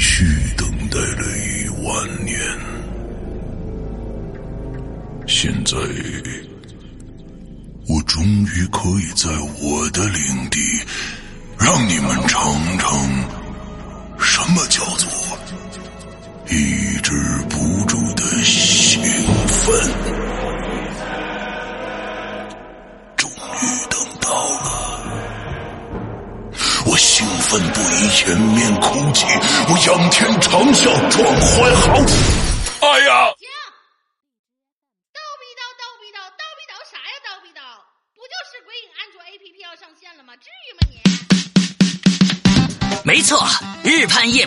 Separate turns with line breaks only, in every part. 续等待了一万年，现在我终于可以在我的领地让你们尝尝什么叫做抑制不住的兴奋。终于等到了。我兴奋不已，掩面哭泣，我仰天长啸，壮怀豪情。哎呀！
停！叨逼叨叨逼叨叨逼叨啥呀？叨逼叨，不就是鬼影安卓 APP 要上线了吗？至于吗你？
没错，日盼夜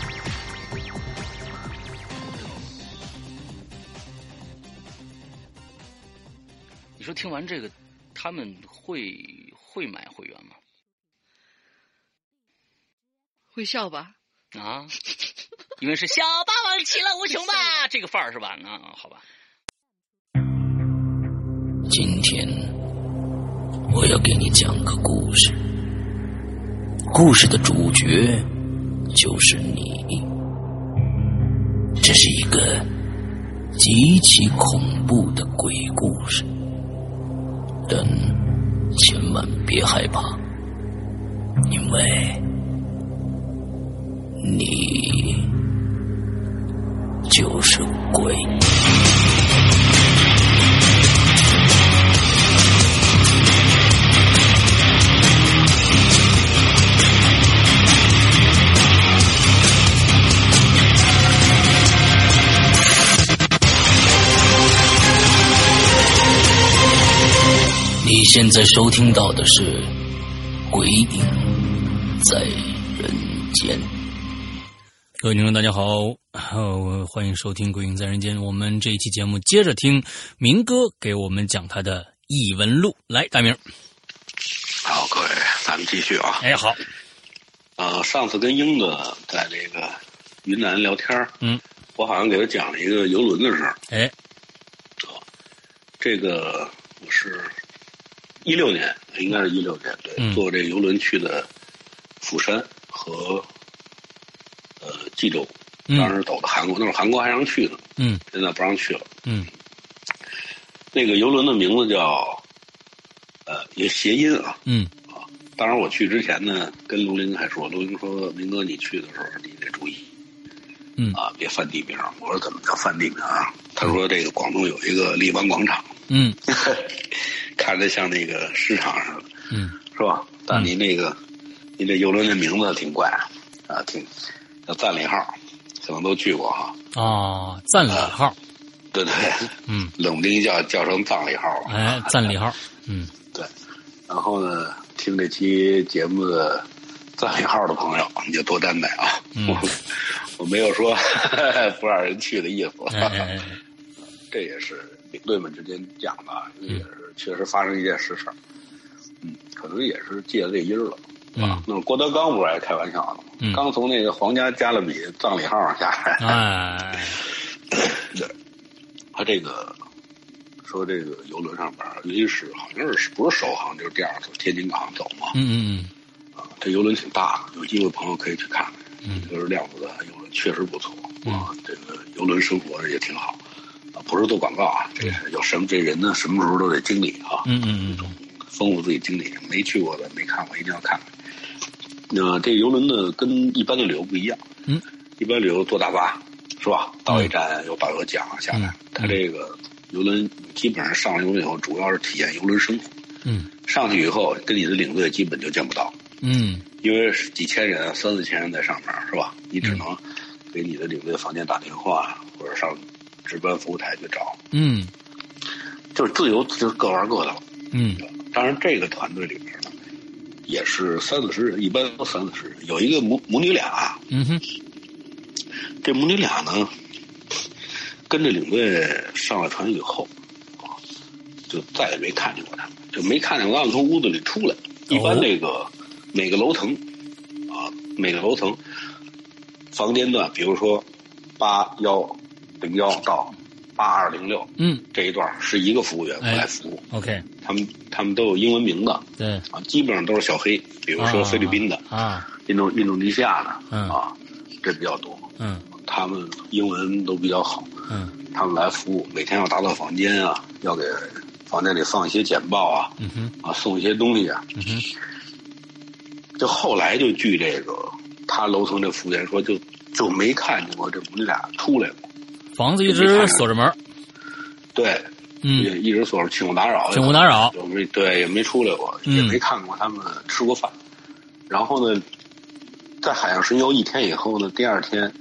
你说听完这个，他们会会买会员吗？
会笑吧？
啊，因为是小霸王其乐无穷吧，这个范儿是吧？那好吧。
今天我要给你讲个故事，故事的主角就是你。这是一个极其恐怖的鬼故事，但千万别害怕，因为你就是鬼。你现在收听到的是《鬼影在人间》。
各位听众，大家好，呃我欢迎收听《鬼影在人间》。我们这一期节目接着听明哥给我们讲他的异闻录。来，大明，
好，各位，咱们继续啊。
哎，好，
呃，上次跟英子在这个云南聊天儿
嗯，
我好像给他讲了一个游轮的事儿。
哎，
这个我是一六年，应该是一六年，对，
嗯
坐这游轮去的釜山和呃济州，当
嗯
时走的韩国，那会儿韩国还让去呢，
嗯
现在不让去了。
嗯
那个游轮的名字叫呃，也谐音啊，
嗯
当然，我去之前呢，跟卢林还说，卢林说：“明哥，你去的时候你得注意，
嗯
啊，别犯地名。”我说：“怎么叫犯地名啊？”他说：“这个广东有一个荔湾广场，
嗯
看着像那个市场似的，
嗯
是吧？但你那个，你这游轮的名字挺怪啊，挺叫赞礼号，可能都去过哈。
啊，赞礼号，
对对，
嗯，
冷不丁叫叫成葬礼号了。
哎，赞礼号，嗯
然后呢，听这期节目的赞美号的朋友，你就多担待啊。
嗯
我我没有说 不让人去的意思，
哎哎哎，哎
这也是领队们之间讲的啊，
嗯
也是确实发生一件实事儿。嗯，可能也是借了这音儿了。
嗯
那郭德纲不是还开玩笑呢吗？
嗯
刚从那个皇家加勒比葬礼号上下来，
哎，
他这个说这个游轮上边儿临时好像是不是首航就是第二次天津港走嘛，
嗯嗯
啊，这游轮挺大的，有机会朋友可以去看看。
嗯
就是亮子的游轮确实不错
嗯
啊，这个游轮生活也挺好啊，不是做广告啊，这个有什么这人呢，什么时候都得经历啊，
嗯嗯嗯
丰富自己经历。没去过的、没看过，一定要看看。那这游轮呢，跟一般的旅游不一样，
嗯，
一般旅游坐大巴是吧？到一站有导游讲下来
嗯，
他这个游轮基本上上了游轮以后，主要是体验游轮生活，
嗯
上去以后跟你的领队基本就见不到，
嗯
因为是几千人、啊三四千人在上面是吧？你
嗯
只能给你的领队房间打电话，或者上值班服务台去找，
嗯
就是自由就是各玩各的了。
嗯
当然，这个团队里面呢，也是三四十人，一般都三四十人。有一个母母女俩，啊
嗯哼，
这母女俩呢，跟着领队上了船以后，啊，就再也没看见过他们，就没看见过他们从屋子里出来。一般那个、每个楼层，啊，每个楼层房间段，比如说八幺零幺到八二零六
嗯
这一段是一个服务员过
哎
来服务，
，OK，
他们他们都有英文名字。
对，
啊，基本上都是小黑，比如说菲律宾的、
啊，
印度印度尼西亚的，
哦嗯
啊，这比较多。
嗯
他们英文都比较好，
嗯
他们来服务，每天要打扫房间啊，要给房间里放一些简报啊，
嗯哼
啊，送一些东西啊。
嗯哼，
就后来就据这个他楼层这服务员说，就就没看见过这母女俩出来过。
房子一直锁着门儿，
对，
嗯
也一直锁着，请勿打扰，
请勿打扰
就没对，也没出来过，
嗯
也没看过他们吃过饭。然后呢，在海上神游一天以后呢，第二天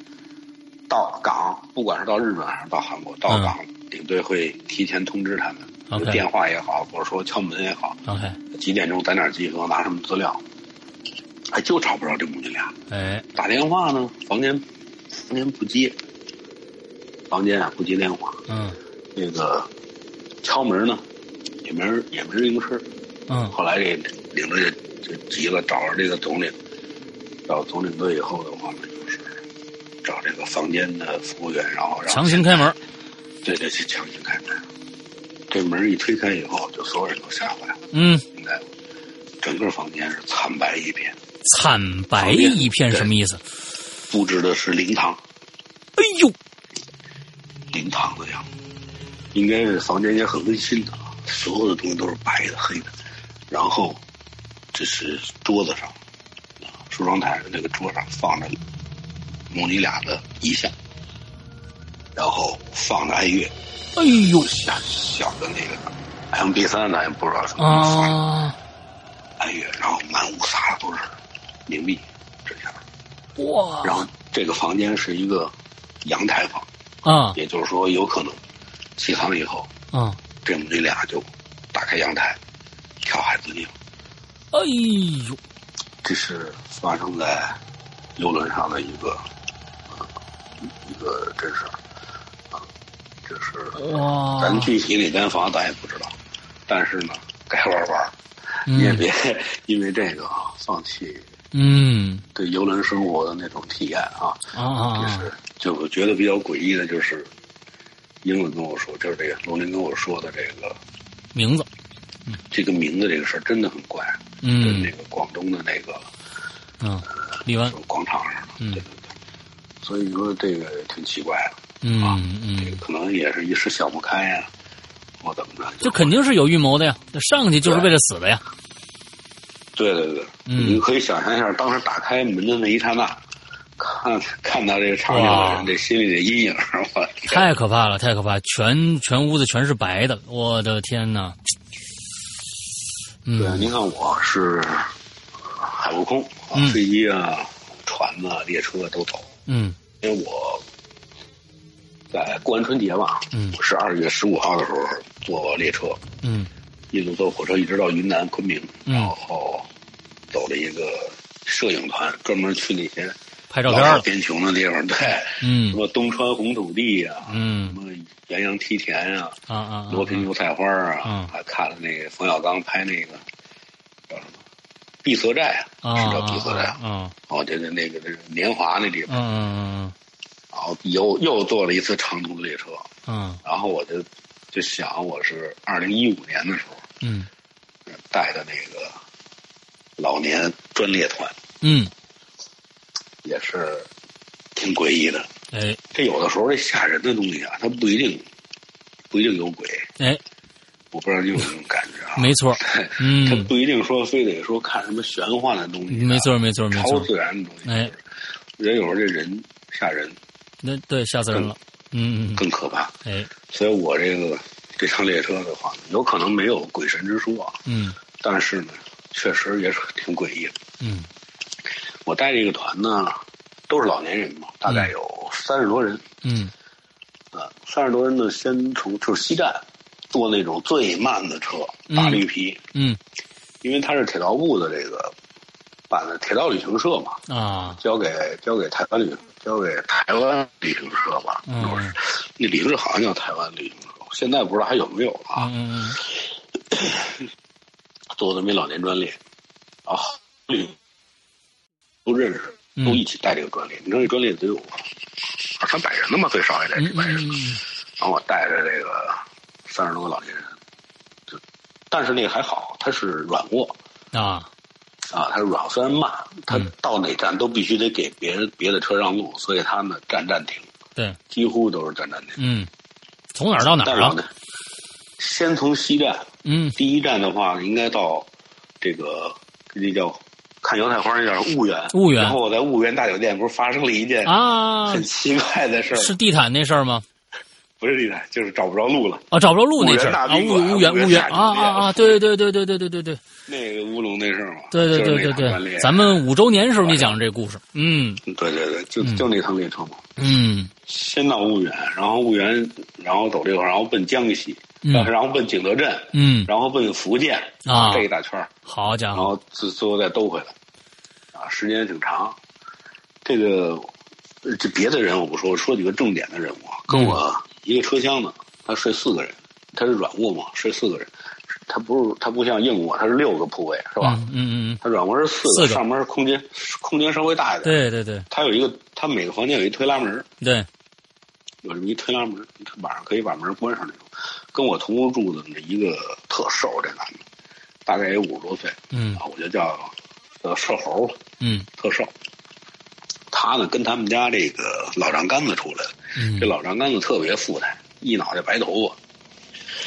到港，不管是到日本还是到韩国，到港领队会提前通知他们，
嗯 OK
就电话也好，或者说敲门也好，
，OK，
几点钟在哪儿集合，拿什么资料，哎，就找不着这母女俩。
哎，
打电话呢，房间房间不接，房间啊不接电话，
嗯
那个敲门呢，也没人也没人应声。
嗯
后来这领队就急了，找着这个总领，找总领队以后的话呢，就是找这个房间的服务员，然后让
强行开门儿，
对对对强行开门。这门一推开以后，就所有人都吓坏了，
嗯，
应该整个房间是惨白一片，
惨白一片什么意思？
布置的是灵堂，
哎呦，
灵堂的样子，应该是房间也很温馨的啊，所有的东西都是白的、黑的，然后这是桌子上，啊，梳妆台的那个桌上放着母女俩的遗像，然后放着哀乐，
哎呦
小小的那个 M P 三咱也不知道什么，放着
啊！
哀乐，然后满屋撒的都是冥币纸钱儿，
哇
然后这个房间是一个阳台房，
啊
也就是说有可能起航以后。
啊！
这母女俩就打开阳台跳海自尽。
哎呦，
这是发生在游轮上的一个、呃一个真事儿啊，这
哦
是
哇！
咱具体哪间房咱也不知道，但是呢，该玩玩儿，你也
嗯
别因为这个啊放弃
嗯
对游轮生活的那种体验啊。
啊啊
就
啊！
是就我觉得比较诡异的就是。英文跟我说，就是这个罗琳跟我说的这个
名字，
这个名字这个事儿真的很怪，跟那
嗯
个广东的那个
嗯，李湾
就，是广场上的，
嗯
对对对。所以说这个也挺奇怪的，
嗯
啊这个
嗯，
可能也是一时想不开呀、或怎么着。
这肯定是有预谋的呀，上去就是为了死的呀。
对对对，
嗯
你可以想象一下，当时打开门的那一刹那，看看到这个场景的
哇
人，这心里的阴影，我天，
太可怕了，太可怕！全全屋子全是白的，我的天哪！
对，啊
嗯
您看我是呃海陆空，啊
嗯
飞机啊、船呐、列车啊都走，
嗯
因为我在过完春节吧，
嗯
我是二月十五号的时候坐列车，
嗯
一路坐火车一直到云南昆明，
嗯
然后走了一个摄影团，专门去那些
拍照
老
片
少
了，
边穷的地方，对，
嗯
什么东川红土地呀、什
嗯
么元阳梯田呀、
啊啊，
罗平油菜花啊，
嗯
还看了那个冯小刚拍那个叫什么碧色寨
啊
是叫碧色寨，
啊
哦，对对，那个那个年华那地
嗯
方，
嗯
然后又又坐了一次长途的列车，
嗯
然后我就就想我是二零一五年的时候。
嗯
带的那个老年专列团，
嗯，
也是挺诡异的。
哎
这有的时候这吓人的东西啊，它不一定不一定有鬼，
哎，
我不知道你有没有这种感觉啊？
没 错，
它
嗯，
不一定说非得说看什么玄幻的东西啊、
没错没错没
超
错，
自然的东西。
哎，
人有时候这人吓人
那对吓死人了，嗯嗯
更可怕，
哎
所以我这个这趟列车的话，有可能没有鬼神之说啊，
嗯
但是呢，确实也是挺诡异的。
嗯
我带这个团呢，都是老年人嘛，大概有三十多人。
嗯
啊，三十多人呢，先从就是西站坐那种最慢的车，
嗯
大绿皮，
嗯
因为它是铁道部的这个办的铁道旅行社嘛，
啊
交给交给台湾旅交给台湾旅行社吧，
嗯
就是那理论好像叫台湾旅行社，现在不知道还有没有了啊。
嗯嗯
做的没老年专列，啊，绿都认识，
嗯
都一起带这个专列。你说这专列得有二三百人了嘛，最少也得
嗯
几百人。
嗯
然后我带着这个三十多个老年人，就但是那个还好，它是软卧
嗯啊
啊，它是软卧，虽然慢，它
嗯
到哪站都必须得给别人别的车让路，所以他们站站停，
对
几乎都是站站停。
嗯，从哪儿到哪
但
儿
是
啊？
呢，先从西站，
嗯
第一站的话，应该到这个那叫看油菜花那叫婺源。
婺源
然后我在婺源大酒店不是发生了一件
啊
很奇怪的事儿，
是地毯那事儿吗？
不是地毯，就是找不着路了。
啊，找不着路那事儿
五元大
啊，
宾
乌
馆
乌源
五元
乌源
大酒
啊
店
啊啊！对对对对对对对对
那个乌龙那事儿嘛，
对对
就
对
是那
对
趟班列
对，咱们五周年时候你讲这故事，嗯
对对对，就
嗯
就那趟列车嘛，
嗯
先到婺源，然后婺源，然后走这块儿，然后奔江西，
嗯
然后然后奔景德镇，
嗯，
然后奔福建
啊
这一大圈儿。
好家
然
伙，
后最最后再兜回来，啊，时间挺长。这个呃这别的人我不说，说几个重点的人物啊，跟我
嗯
一个车厢的，他睡四个人，他是软卧嘛，睡四个人，他不是他不像硬卧，他是六个铺位是吧？
嗯嗯嗯，
他软卧是四
四个
上面是空间空间稍微大一点。，
对对对
他有一个，他每个房间有一推拉门，
对，
有这么一推拉门，晚上可以把门关上那种。跟我同屋住的那一个特瘦这男的，大概也五十多岁，
嗯
啊，我就叫呃瘦猴吧。
嗯
特瘦。他呢，跟他们家这个老丈杆子出来的，
嗯
这老丈杆子特别富态，一脑袋白头发，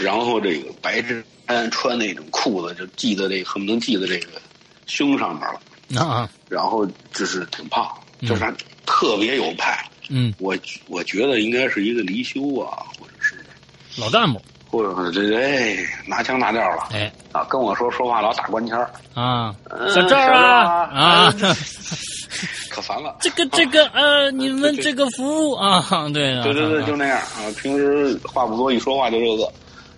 然后这个白衬衫穿那种裤子就系在这个恨不能系在这个胸上面了，
那啊
然后就是挺胖，
嗯
就是他特别有派。
嗯，
我我觉得应该是一个离休啊，或者是
老干部，
或者是这哎拿腔拿调了
哎
啊，跟我说说话老打官腔儿，
啊，
嗯
小赵啊啊
小，赵可烦了。
这个这个呃，你们这个服务啊，对啊
对对对，
啊
就那样啊。平时话不多，一说话就这个，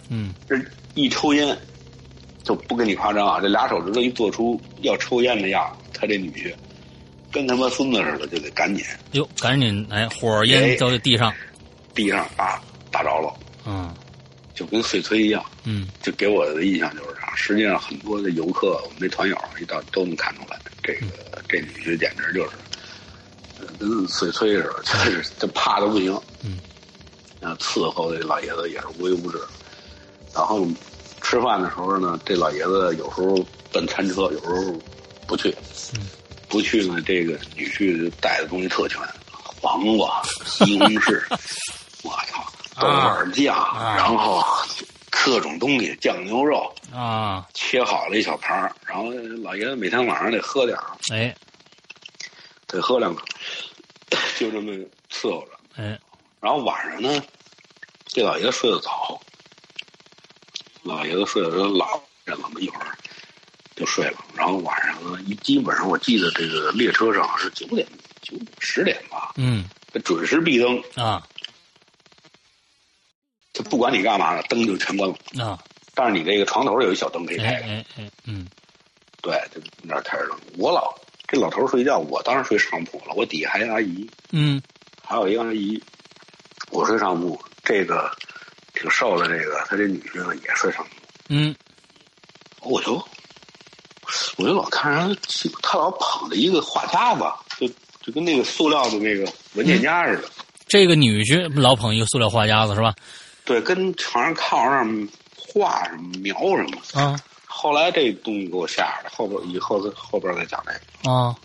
嗯
这一抽烟就不跟你夸张啊，这俩手指头一做出要抽烟的样，他这女婿跟他妈孙子似的，就得赶紧
哟，赶紧哎，火烟掉在地上，
地上打打着了，
嗯
就跟碎催一样。
嗯
就给我的印象就是这样。实际上，很多的游客，我们这团友一到都能看出来，这
嗯
个这女婿简直就是呃跟碎催似的，就是就怕的不行。
嗯，
啊，伺候这老爷子也是无微不至。然后吃饭的时候呢，这老爷子有时候奔餐车，有时候不去。
嗯，
不去呢，这个女婿就带的东西特全，黄瓜、西红 柿，我操，豆瓣酱，
啊
然后各种东西，酱牛肉
啊，
切好了一小盘儿然后老爷子每天晚上得喝点儿，
哎
得喝两口，就这么伺候着。
哎，
然后晚上呢，这老爷子睡得早，老爷子睡得老人了嘛，一会儿就睡了。然后晚上呢，一基本上我记得这个列车上是九点、九十点吧，
嗯
准时闭灯，
啊
就不管你干嘛了，灯就全关了。
啊，
但是你这个床头有一小灯可以
哎
开开，
哎哎，嗯
对，就那儿开着灯。我老这老头儿睡觉，我当然睡上铺了，我底下还有阿姨，
嗯
还有一个阿姨，我睡上铺，这个挺瘦的这个，他这女婿呢也睡上铺。
嗯
我就我就老看人家起，他老捧着一个画夹子，就就跟那个塑料的那个文件夹似的，
这个女婿老捧一个塑料画夹子是吧？
对，跟床上炕上画什么描什么。
啊
后来这东西给我吓着了，后边以后再后边再讲这个，
啊，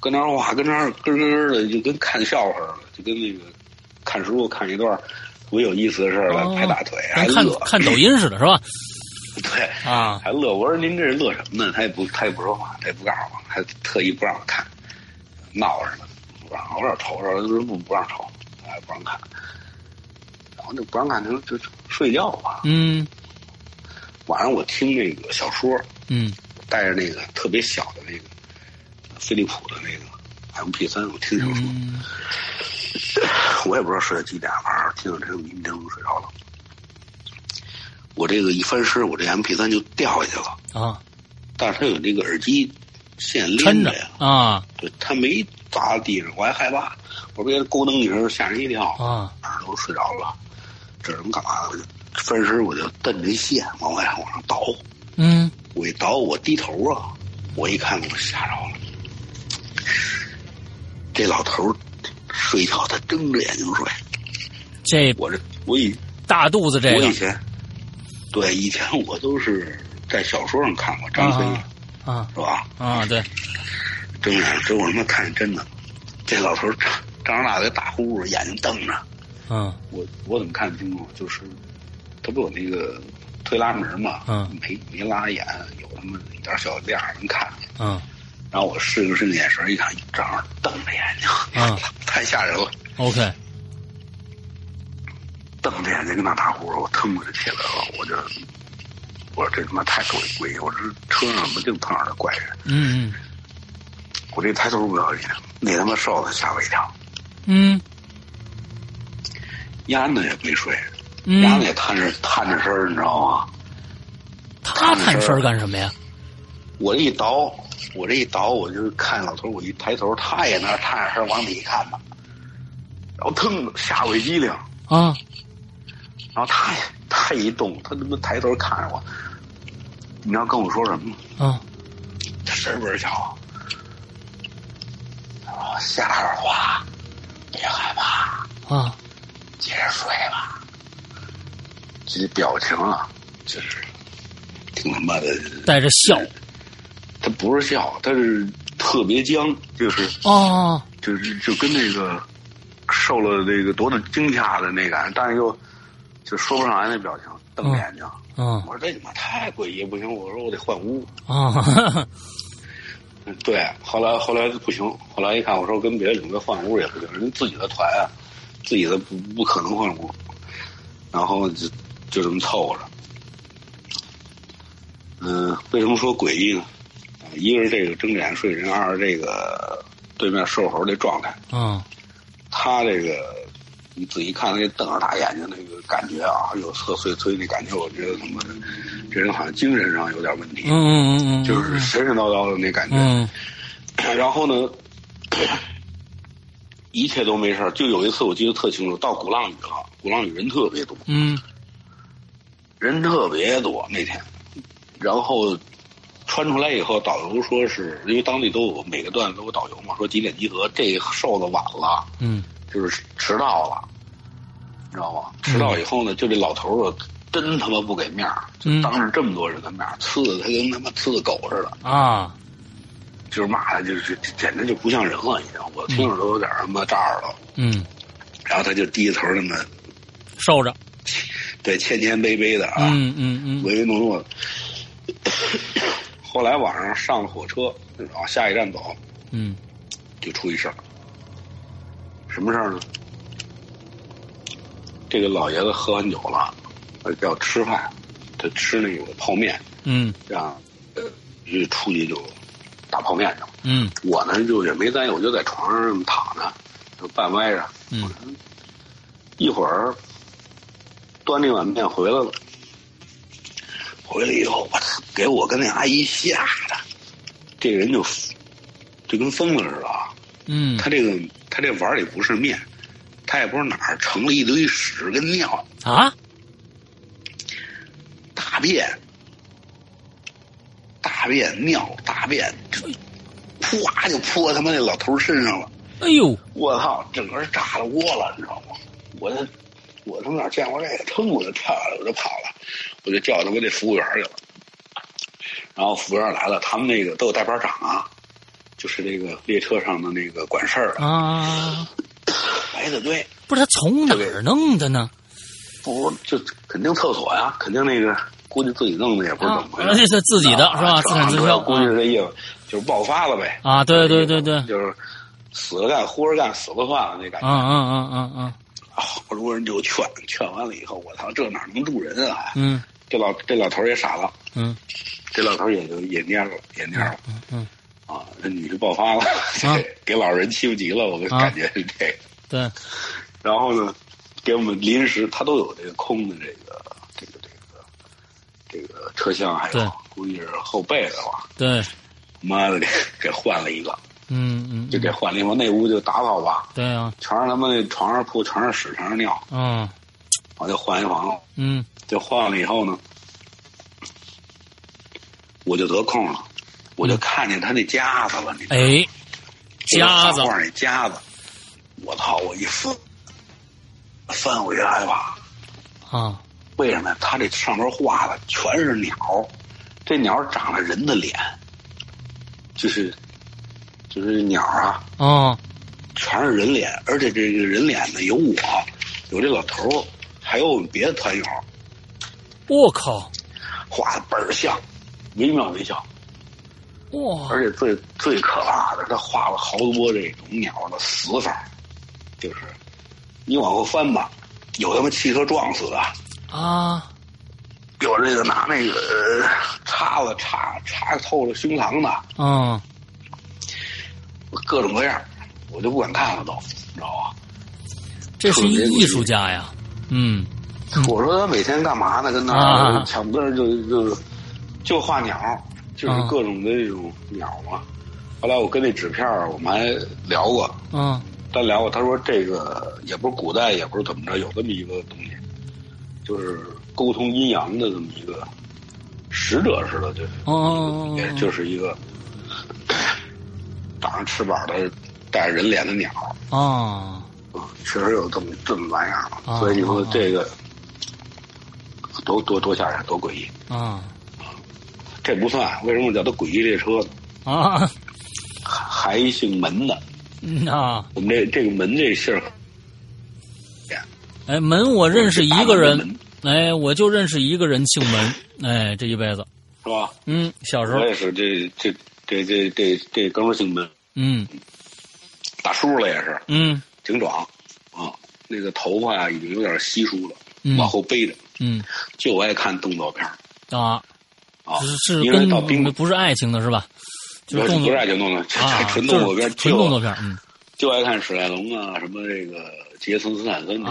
跟那儿哇，跟那儿咯咯咯的，就跟看笑话似的，就跟那个看书看一段我有意思的事儿了，
哦
拍大腿啊哎还
跟看
乐，
看抖音似的是吧？
对，
啊
还乐。我说您这是乐什么呢？他也不他也不说话，他也不告诉我，还特意不让我看，闹着呢，不让我说瞅瞅，他说不不让瞅，哎不让看。然后就不让干，就就睡觉吧。
嗯
晚上我听那个小说，
嗯
带着那个特别小的那个飞利浦的那个 MP 三，我听小说，
嗯
我也不知道睡到几点，反正听着这个迷迷瞪瞪睡着了。我这个一翻身，我这 MP 三就掉下去了，
啊，
但是它有那个耳机线
抻
连
着
呀，
啊
对，它没砸地上，我还害怕，我别咕噔一声吓人一跳，
啊
哪儿都睡着了，这能干嘛呢？我就翻身，我就蹬这线往外往上倒，
嗯
我一倒，我低头啊，我一看我吓着了，这老头儿睡觉他睁着眼睛睡，
这
我这我以
大肚子这
我以
个
前对以前我都是在小说上看过张飞、
啊啊
是吧？
啊对
睁眼之后我他妈看见真的，这老头儿张张着大嘴打呼噜，眼睛瞪着。
嗯
我我怎么看得清楚？就是他不有那个推拉门嘛，
嗯
没没拉眼，有那么一点小亮能看见。
嗯
然后我试了试那眼神，一看，一张着瞪着眼睛，
嗯
太吓人了，
OK
瞪着眼睛跟那打呼噜，我腾我就起来了，我就我说这他妈太鬼鬼，我这车上不净碰上这怪人，
嗯
我这抬头不要紧，那他妈瘦子吓我一跳，
嗯
丫的也没睡，
嗯
丫的
嗯，
也探着探着身儿，你知道吗？
他探身
啊
儿干什么呀？
我这一倒，我这一倒，我就看老头，我一抬头，他也那儿探着身往底看吧，然后腾吓我一激灵，
啊
然后他也他也一动，他他妈抬头看着我，你知道跟我说什么吗？
啊
他身倍儿小，啊，吓着了哇，别害怕，
啊
接着睡吧。这表情啊，就是挺他妈的，
带着笑
他不是笑，他是特别僵，就是。
哦
就是就跟那个受了那个多大惊吓的那感觉，但是又就说不上来那表情，瞪着眼睛。
嗯
我说这你妈太诡异，不行！我说我得换屋。
啊
嗯对，后来后来不行，后来一看，我说跟别的领队换屋也不行，人自己的团啊，自己的不不可能换屋。然后就就这么凑合着。嗯、为什么说诡异呢？啊一个是这个睁着眼睡人，二是这个对面瘦猴这状态。
嗯
他这个，你仔细看那瞪着大眼睛那个感觉啊，有侧碎催那感觉，我觉得他妈的，这人好像精神上有点问题，
嗯嗯嗯嗯，
就是神神叨叨的那感觉。
嗯
然后呢，一切都没事儿就有一次我记得特清楚，到鼓浪屿了，鼓浪屿人特别多，
嗯
人特别多那天，然后。穿出来以后，导游说是因为当地都有每个段都有导游嘛，说几点集合，这瘦子晚了，
嗯
就是迟到了，你知道吗？迟到以后呢，就这老头儿啊真他妈不给面儿，就
嗯
当着这么多人的面儿，呲的他跟他妈呲的狗似的，
啊
就是骂他，就是简直就不像人了，已经，我听着都有点他妈炸耳朵。
嗯，
然后他就低着头那么
受着
对谦谦卑卑的啊，
嗯嗯嗯
唯唯诺诺的。后来晚上上了火车，往下一站走，
嗯
就出一事儿。什么事儿呢？这个老爷子喝完酒了，呃要吃饭，他吃那个泡面，
嗯
让呃就出去就打泡面去了。
嗯
我呢就也没在意，我就在床上这么躺着，就半歪着。
嗯
一会儿端那碗面回来了，回来以后，我操，给我跟那阿姨吓的，这人就就跟疯了似的啊。
嗯
他这个他这碗里不是面，他也不知道哪儿盛了一堆屎跟尿
啊
大便，大便尿大便，就哗就泼他妈那老头身上了。
哎呦
我操，整个炸了窝了，你知道吗？我这我他妈哪见过这个？腾我就跳下来，我就跑了，我就叫他妈这服务员去了。然后服务员来了，他们那个都有代班长啊，就是那个列车上的那个管事儿的哎
啊！
排着队。
不是他从哪儿弄的呢？
不是，就肯定厕所呀，肯定那个估计自己弄的也不是怎么回事，
啊这是自己的是吧
啊
自产自销
主要估计是这意思，就是爆发了呗。
啊对对对对嗯
就是死了干，活着干，死了饭了那感觉。
啊啊啊啊啊！
啊，我说人就劝，劝完了以后，我操，这哪能住人啊？
嗯
这老这老头儿也傻了，
嗯
这老头儿也就也蔫了，也蔫了
嗯嗯，
啊，那女的爆发了，
啊
给老人欺负急了，我们
啊
感觉是这个。
对，
然后呢，给我们临时他都有这个空的这个这个这个这个车厢，还
对
有估计是后背的吧，
对，
妈的给给换了一个，
嗯嗯，
就给换了一个，那屋就打扫吧，
对啊，
全是他妈那床上铺，全是屎，全是尿，
嗯
我就换一房，
嗯
就换了以后呢，我就得空了，我就看见他那夹子了，你知道吗
嗯哎，夹子
画那夹子，我操！我一翻，翻回去害怕。
啊，
为什么呀？他这上面画的全是鸟，这鸟长了人的脸，就是就是鸟啊，
哦
全是人脸，而且这个人脸呢，有我，有这老头儿，还有我们别的团友，
我靠，
画的倍儿像，惟妙惟肖。
哇，
而且最最可怕的，他画了好多这种鸟的死法，就是你往后翻吧，有他妈汽车撞死的，
啊，
有这个拿那个呃叉子叉叉透了胸膛的，
嗯，
各种各样，我就不敢看了都，你知道
这是一艺术家呀，嗯
吧？我说他每天干嘛呢？跟那
啊
儿抢不是就就就画鸟，就是
啊
各种的这种鸟嘛。后来我跟那纸片儿我们还聊过，
嗯
单聊过，他说这个也不是古代，也不是怎么着，有这么一个东西，就是沟通阴阳的这么一个使者似的，就是、
哦哦
也
哦，
就是一个长着翅膀的带着人脸的鸟
啊，
啊，确实有这么这么玩意儿
啊
了。所以你说这个多多多吓人，多诡异！
啊
这不算，为什么叫它诡异列车呢？
啊，
还还姓门的，
嗯啊，
我们这这个门这姓儿
哎，门我认识一个人，哎，我就认识一个人姓门，哎，这一辈子，
是吧？
嗯，小时候
我，也是，这这这这这这哥们儿姓门，
嗯
大叔了也是，
嗯
挺壮啊，那个头发已经有点稀疏了，
嗯
往后背着，
嗯
就爱看动作片儿
啊，
啊
是，是
因为到冰
跟不是爱情的是吧？就是动
不
作
是爱情动作，
啊，
纯动作
就是
片，
纯动作
就
片，嗯
就爱看史泰龙啊，什么这个杰森斯坦森之类的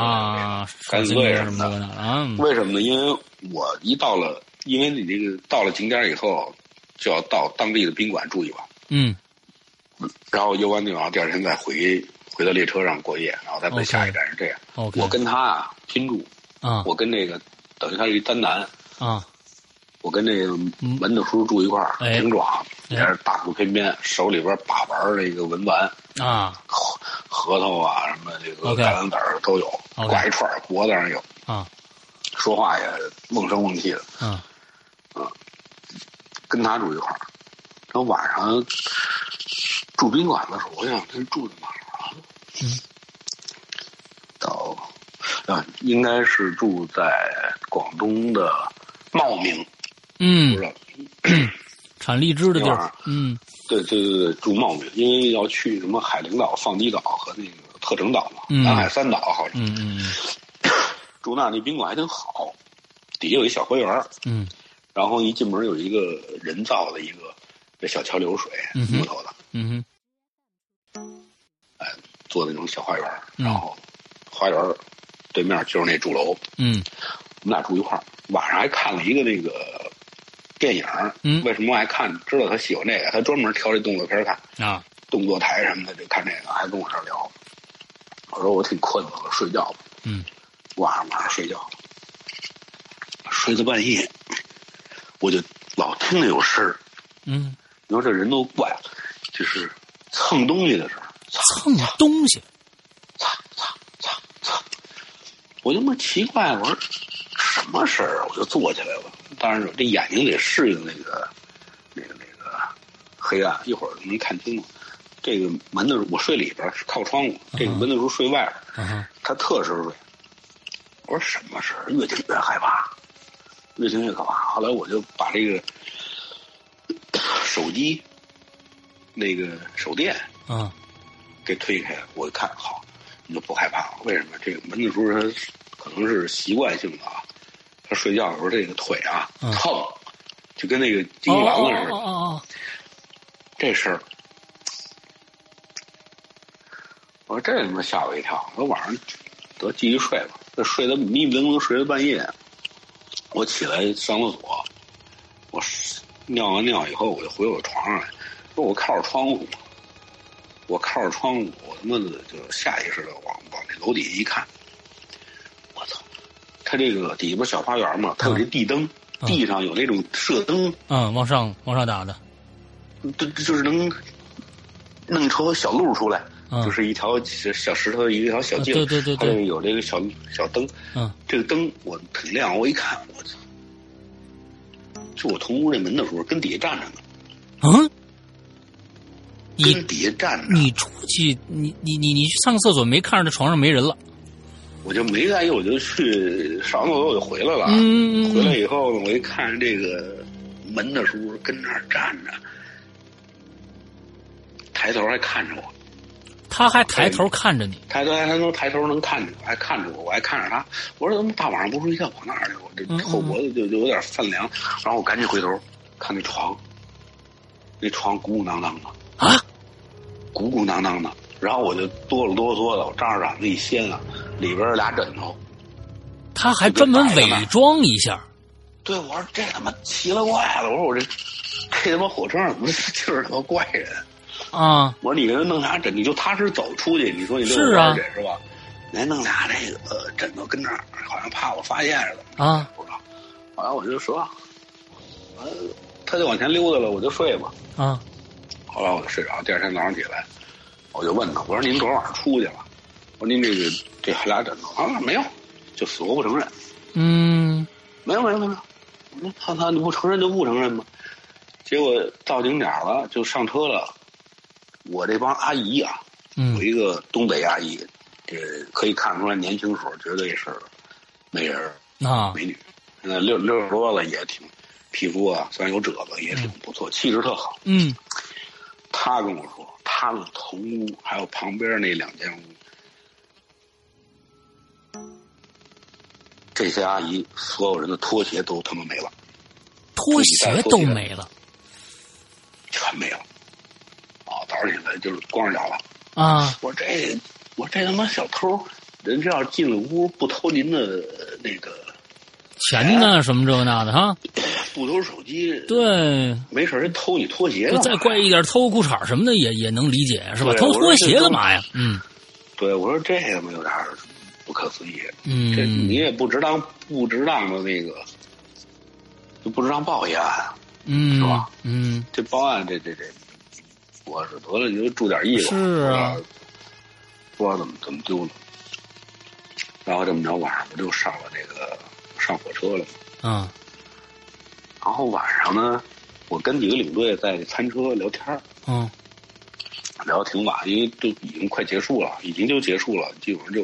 嗯
啊，
干
什
脆
么
什
什
么
么
的。
的啊，嗯
为什么呢？因为我一到了，因为你这个到了景点以后，就要到当地的宾馆住一晚，
嗯
然后游完地方，第二天再回回到列车上过夜，然后再奔下一站，是这样。
哦，OK，
我跟他啊拼住，
啊
我跟那个等于他是一单男，
啊
我跟这个门的叔住一块儿，
哎
挺壮，也
哎
是大腹便便，手里边把玩儿这个文玩，
啊
核核桃啊什么这个
OK
橄榄籽儿都有，
OK
挂一串儿脖子上有，
啊
说话也瓮声瓮气的，
啊
跟他住一块儿。然后晚上住宾馆的时候，我想他住在哪儿啊？
嗯，
到啊，应该是住在广东的茂名，不
嗯
知，道
产荔枝的地
那会
儿
儿，
嗯
对对对对，住茂名，因为要去什么海陵岛、放鸡岛和那个特城岛嘛，
嗯
南海三岛好像。
嗯嗯
住那儿那宾馆还挺好，底下有一小花园儿，
嗯
然后一进门有一个人造的一个这小桥流水，
嗯哼
木头的，
嗯哼
做的那种小花园儿。
嗯
然后花园儿对面就是那住楼，
嗯
我们俩住一块儿。晚上还看了一个那个电影儿，
嗯
为什么爱看？知道他喜欢这个，他专门挑这动作片儿看。
啊
动作台什么的，就看这个，还跟我这儿聊。我说我挺困的，我说睡觉吧。
嗯，
晚上晚上睡觉，睡到半夜，我就老听着有声儿。
嗯，
你说这人都怪，就是蹭东西的时候，蹭
蹭东西，
蹭蹭蹭蹭，我就那么奇怪，我说什么事儿啊？我就坐起来了。当然，这眼睛得适应那个那个那个黑暗，一会儿能看清楚。这个门的我睡里边儿是靠窗户，这个门的时候睡外边儿，
啊哈
他特熟睡。我说什么事儿？越听越害怕，越听越可怕。后来我就把这个 手机那个手电
啊
给推开，我一看，好，你就不害怕了。为什么？这个门子叔他可能是习惯性的啊，他睡觉的时候这个腿啊
嗯
蹭，就跟那个金
哦
刚狼子似
哦哦
的。
哦
这事儿，我说这他妈吓我一跳！我晚上得继续睡吧，这睡得迷迷瞪瞪，睡到半夜。我起来上厕所，我尿完尿以后，我就回我床上来，说我靠着窗户，我靠着窗户，我他妈的就下意识的往往那楼底下一看，我操！它这个底边小花园嘛，它有这地灯，
嗯
地上有那种射灯，
哦，嗯，往上往上打的，
就就是能弄出小路出来，
嗯
就是一条小小石头，一条小径，
啊对对对对
它就有这个小小灯，
嗯
这个灯我挺亮，我一看，我操，就我同屋那门的时候，跟底下站着呢，
嗯，你
跟底下站着，
你出去，你你你你去上个厕所，没看着床上没人了，
我就没在意，我就去上完厕所我就回来了，
嗯嗯嗯
回来以后呢，我一看这个门的时候跟那儿站着，抬头还看着我，
他还抬头看着你，
抬头，他能抬头能看着，还看着我，我还看着他。我说怎么大晚上不睡觉跑那儿去？我
嗯
这
嗯
后脖子就就有点泛凉。然后我赶紧回头看那床，那床鼓鼓囊囊的
啊，
鼓鼓囊囊的。然后我就哆了哆嗦的，我张着嗓子一掀啊，里边俩枕头。
他还专门伪装一下，
对，我说这他妈奇了怪了，我说我这这他妈火车上怎么就是他妈怪人？
啊，
我说你给他弄俩枕，你就踏实走出去，你说你遛
是
弯
啊
儿去是吧？你还弄俩这个呃枕头跟那儿，好像怕我发现似的。
啊，
不知道。后来我就说，呃，他就往前溜达了，我就睡吧。
啊，
后来我就睡着，第二天早上起来，我就问他，我说您昨儿晚上出去了？我说您这个这还俩枕头啊？没有，就死活不承认，
嗯，
没有没有没有。我说他他你不承认就不承认吧。结果到景点了，就上车了。我这帮阿姨啊，
嗯
有一个东北阿姨，这可以看出来年轻时候绝对是美人儿。
啊，
美女，现在六六十多了也挺，皮肤啊虽然有褶子也挺不错，气质特好。
嗯，
她跟我说，她的头屋还有旁边那两间屋，这些阿姨所有人的拖鞋都他妈没了，
拖鞋都没了
全没了。啊，早上起来就是光着脚了。
啊，
我说这，我说这他妈小偷，人这要进了屋不偷您的那个，
钱呢什么这那的哈，
不偷手机，
对，
没事儿人偷你拖鞋干嘛呀
再怪一点偷裤衩什么的也也能理解是吧？偷拖鞋干嘛呀？嗯
对，我说这他妈有点儿不可思议，这你
嗯
也不值当不值当的那个，就不值当报一案，
嗯嗯，
这报案这这这，我是得了你就注点意吧，
是啊
不知道，不知道怎么怎么丢了，然后这么着晚上我就上了那个上火车了，
啊
然后晚上呢，我跟几个领队在餐车聊天儿
嗯
聊得挺晚，因为都已经快结束了，已经就结束了，基本上就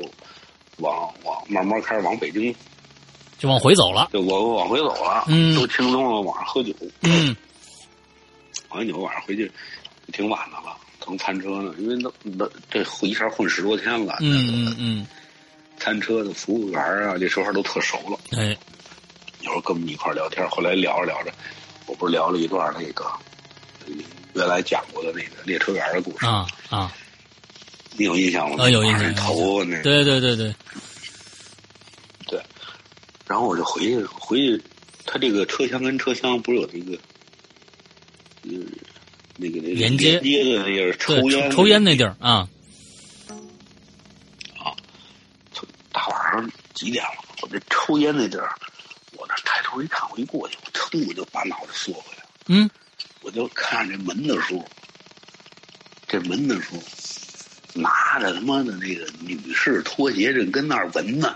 往往慢慢开始往北京
就往回走了，
就我往回走了，
嗯
都轻松了，晚上喝酒，
嗯
喝完酒晚上回去挺晚的了，等餐车呢，因为那那这一下混十多天了，
嗯嗯
餐车的服务员啊，这时候都特熟了，
嗯，哎，
有时候跟我们一块儿聊天，后来聊着聊着，我不是聊了一段那个呃原来讲过的那个列车员的故事，
啊啊，
你有印象吗？
啊有印象
那头发那
对对对对，
对，然后我就回去回去，他这个车厢跟车厢不是有那个，嗯，那个那个
连接
接的那个抽
对
烟
抽烟那地儿啊，
大晚上几点了？我这抽烟那地儿，我这抬头一看，我一过去，我噌我就把脑袋缩回来了，
嗯
我就看这门的时候，这门的时候，拿着他妈的那个女士拖鞋正跟那儿闻呢，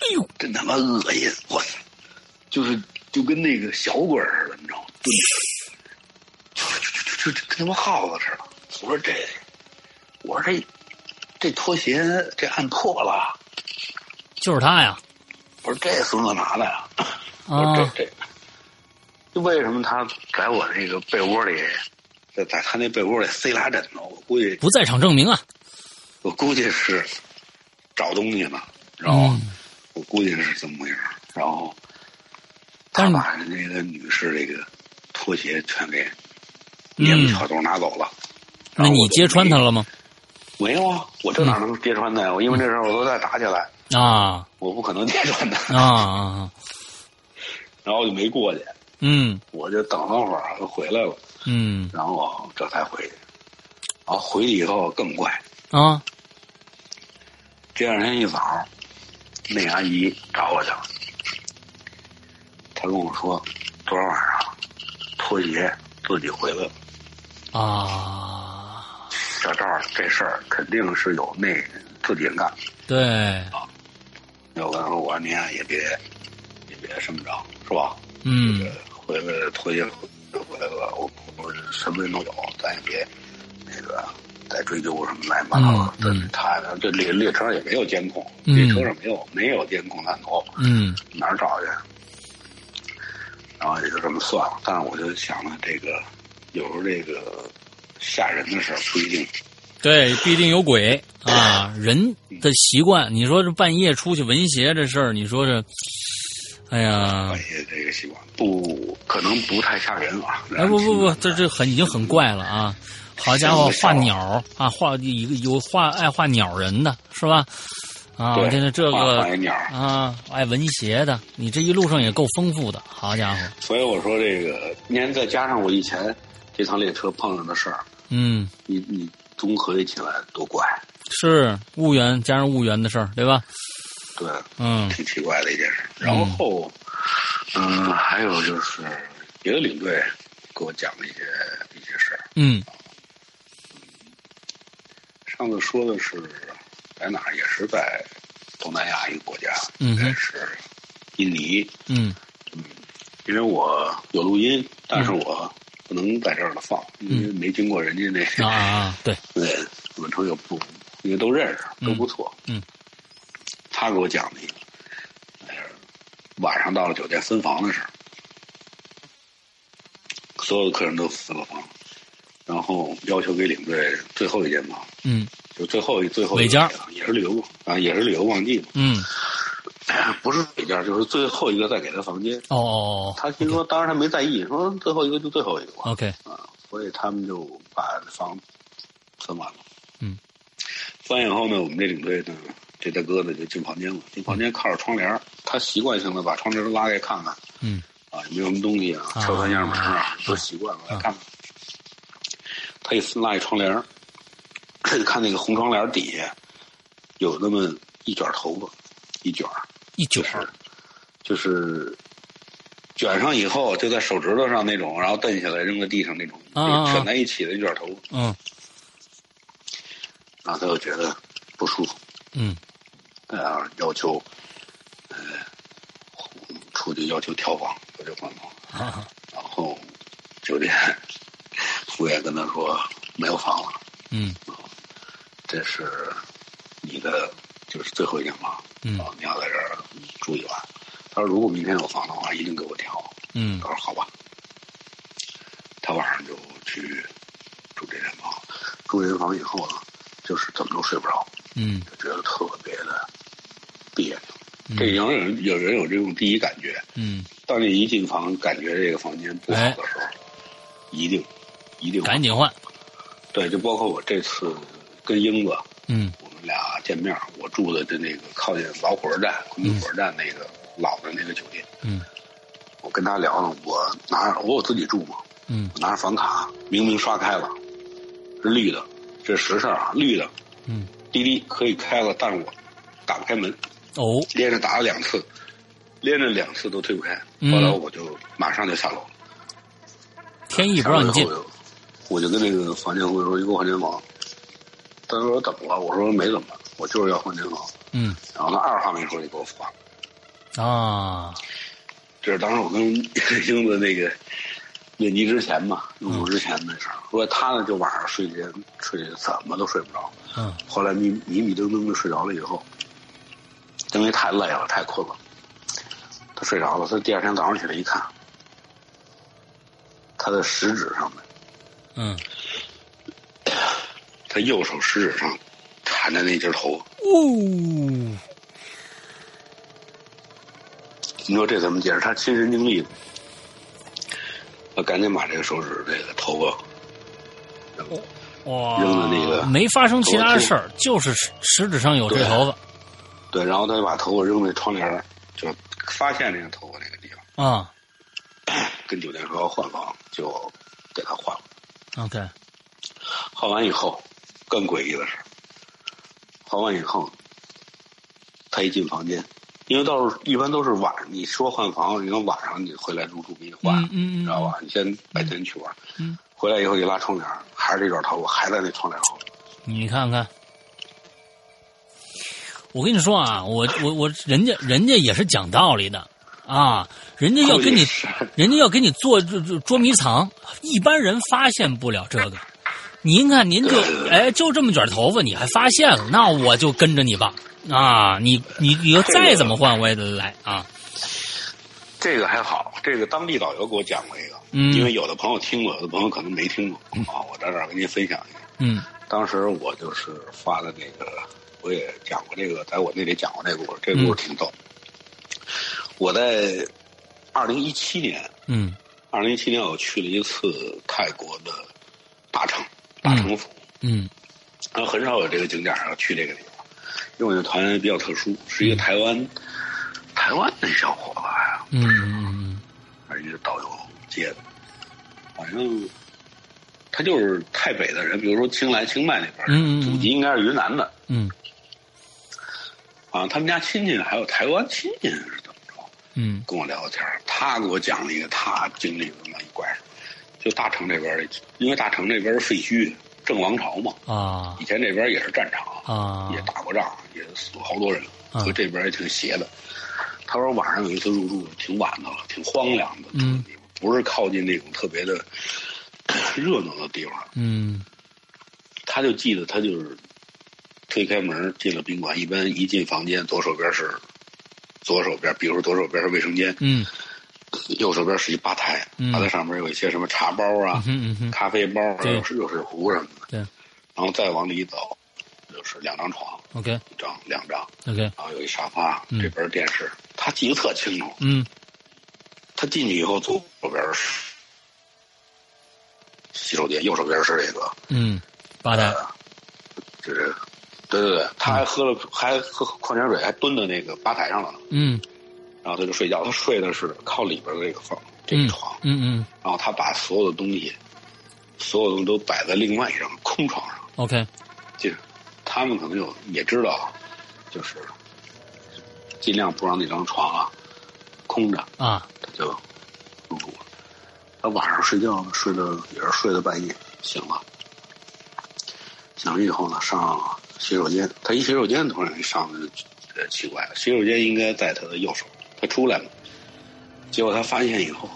哎呦，真他妈恶心！我操，就是就跟那个小鬼儿似的，你知道吗？蹲着，就就就就就跟他妈耗子似的。我说这，我说这这拖鞋这按破了。
就是他呀，
我说这孙子拿的呀、我
啊
说这这，就为什么他在我那个被窝里，在在他那被窝里塞俩枕头？我估计
不在场证明啊，
我估计是找东西呢，然后、我估计是这么回事儿。然后他把那个女士这个拖鞋全给捏不巧都拿走了。然
那
后我就
你揭穿他了吗？
没有啊，我这哪能揭穿他呀？我因为这事儿我都在打起来，
啊
我不可能揭穿他。
啊啊！啊
然后我就没过去，
嗯
我就等了会儿，他回来了，
嗯
然后我这才回去。然后回去以后更怪，
啊
第二天一早，那阿姨找我去了，她跟我说，昨天晚上拖鞋自己回来了。
啊！
小赵，这事儿肯定是有那自己人干。
对，
要不然我说您啊也别也别这么着，是吧？
嗯
回来拖鞋回来了，我我什么人都有，咱也别那个再追究什么乱七八糟的。
嗯
这
嗯
他这列列车上也没有监控，
嗯
列车上没有没有监控探头。
嗯
哪儿找去？然后也就这么算了。但是我就想了，这个有时候这个吓人的事儿不一定。
对，必定有鬼啊！人的习惯，你说这半夜出去闻邪这事儿，你说这，哎呀
半，夜这个习惯不可能不太吓人啊。
哎不不不，这这很已经很怪了啊！好家伙，画鸟啊，画一个有画爱画鸟人的是吧？啊，
对
我现在这
画
个
画一鸟
啊，爱闻邪的，你这一路上也够丰富的，好家伙，
所以我说这个，您再加上我以前这趟列车碰上的事儿，
嗯，
你你综合一起来多怪，
是务员加上务员的事儿，对吧？
对，
嗯
挺奇怪的一件事。然后，嗯、还有就是别的领队给我讲了一些一些事儿。
嗯
上次说的是在哪儿，也是在东南亚一个国家，
嗯
应
哼
该是印尼。
嗯
因为我有录音，但
嗯
是我不能在这儿了放，因为没经过人家那
啊啊，对，
对，我们朋友不，因为都认识，都不错。
嗯嗯
他给我讲的一个，哎呀晚上到了酒店分房的事儿，所有的客人都分了房，然后要求给领队最后一间房，
嗯
就最后一最后一
尾间儿
也是旅游啊，也是旅游旺季嘛，
嗯，
啊不是尾间儿，就是最后一个再给他房间。
哦哦哦
他听说，当然他没在意，说最后一个就最后一个吧。
，OK，
啊，所以他们就把房分完了。
嗯，
分完以后呢，我们这领队呢，这大哥呢就进房间了，进房间靠着窗帘儿，他习惯性的把窗帘都拉开看看
嗯
啊，有没有什么东西啊，
啊
敲三下门儿啊，都习惯了来看看。他一拉一窗帘儿， 看那个红窗帘儿底下有那么一卷头发，一卷儿。
一九
就，是就是卷上以后就在手指头上那种，然后蹬下来扔在地上那种，
啊啊啊
就是卷在一起的一卷头，
嗯
然后他就觉得不舒服，
嗯
然后要求呃出去要求调房，要求换房，
啊
然后酒店服务员跟他说没有房了，
嗯
这是你的就是最后一间房，
嗯
然后你要在这儿住一晚。他说如果明天有房的话，一定给我调。
嗯
我说好吧，他晚上就去住这间房，住这间房以后呢，就是怎么都睡不着，
嗯
就觉得特别的别扭。这有人有人有这种第一感觉，
嗯，
当你一进房，感觉这个房间不好的时候，一定一定
哎赶紧换，
对，就包括我这次跟英子
嗯
我们俩见面，我住的这那个靠近老火车站、昆明火车站那个老的那个酒店，
嗯
我跟他聊呢，我拿着我有自己住嘛，
嗯
拿着房卡，明明刷开了，是绿的，这是实事儿啊，绿的，
嗯，
滴滴可以开了，但是我打不开门，
哦，
连着打了两次，连着两次都推不开，
嗯
后来我就马上就下楼了，
天意不让你进
下，楼以后我就，我就跟那个房间服务员说，你给我换间房，他说怎么了？我说没怎么，我就是要换间房，
嗯
然后他二话没说就给我换了，
啊，
这是当时我跟英子那个练级之前嘛，入伍之前的事儿。说他呢就晚上睡觉睡怎么都睡不着，
嗯
后来迷迷迷瞪瞪的睡着了以后，因为太累了太困了，他睡着了。他第二天早上起来一看，他的食指上面，
嗯
他右手食指上砍的那截头发。
哦，
你说这怎么解释？他亲身经历的，他赶紧把这个手指这个头啊发
哇，
扔的那个
没发生其他的事儿，就是食食指上有这头
对，然后他就把头发扔在窗帘儿，就发现这个头发那个地方，
发啊。
跟酒店说要换房，就给他换了。
OK，
换完以后，更诡异的是，换完以后，他一进房间，因为到时候一般都是晚，你说换房，你看晚上你回来入住给你换，
嗯嗯嗯
你知道吧？你先白天去玩，
嗯
回来以后一拉窗帘，还是这段头发还在那窗帘后。
你看看，我跟你说啊，我我我，人家人家也是讲道理的啊，人家要跟你
也是，
人家要给你做捉捉捉迷藏，一般人发现不了这个。您看，您就哎，就这么卷头发，你还发现了，那我就跟着你吧啊！你你你要再怎么换，我也得来啊！
这个还好，这个当地导游给我讲过一个，
嗯
因为有的朋友听过，有的朋友可能没听过啊，我在这儿跟您分享一下。
嗯
当时我就是发的那个，我也讲过这个，在我那里讲过这个故事，这个故事
嗯
挺逗。我在二零一七年，
嗯
二零一七年我去了一次泰国的大城大城府，
嗯
然后很少有这个景点儿要去这个地方，因为我这团比较特殊，是一个台湾、台湾那小伙子呀，
嗯嗯
而一个导游接的，反正他就是泰北的人，比如说清莱、清迈那边儿，
嗯嗯嗯
祖籍应该是云南的。
嗯
啊，他们家亲戚还有台湾亲戚是怎么着？
嗯
跟我聊聊天儿他给我讲了一个他经历的那么一怪事儿。就大城这边儿，因为大城这边儿废墟，郑王朝嘛，
啊
以前这边儿也是战场，
啊
也打过仗，也死过好多人，
啊
所以这边儿也挺邪的。他说晚上有一次入住挺晚的了，挺荒凉的，这
嗯
个地方不是靠近那种特别的 热闹的地方，
嗯
他就记得他就是推开门进了宾馆，一般一进房间，左手边是左手边，比如说左手边是卫生间，
嗯
右手边是一吧台，
嗯
吧台上面有一些什么茶包啊、
嗯嗯
咖啡包啊、
对
热水壶什么的。
对
然后再往里走，就是两张床，
，OK
一张两张，
OK，
然后有一沙发，
嗯
这边是电视。他记得特清楚，
嗯
他进去以后左手边是洗手间，右手边是这个
嗯，八代
就是，对对对，他还喝了，还喝矿泉水，还蹲在那个吧台上了呢。
嗯
然后他就睡觉，他睡的是靠里边的这个房，这个
嗯
床。
嗯嗯
然后他把所有的东西，所有东西都摆在另外一张空床上。
，OK，
就是他们可能有也知道，就是尽量不让那张床啊空着，
啊
他就入住了。他晚上睡觉呢，睡到也是睡到半夜，醒了。醒了以后呢，上洗手间。他一洗手间，突然一上来就觉得奇怪了。洗手间应该在他的右手，他出来了，结果他发现以后，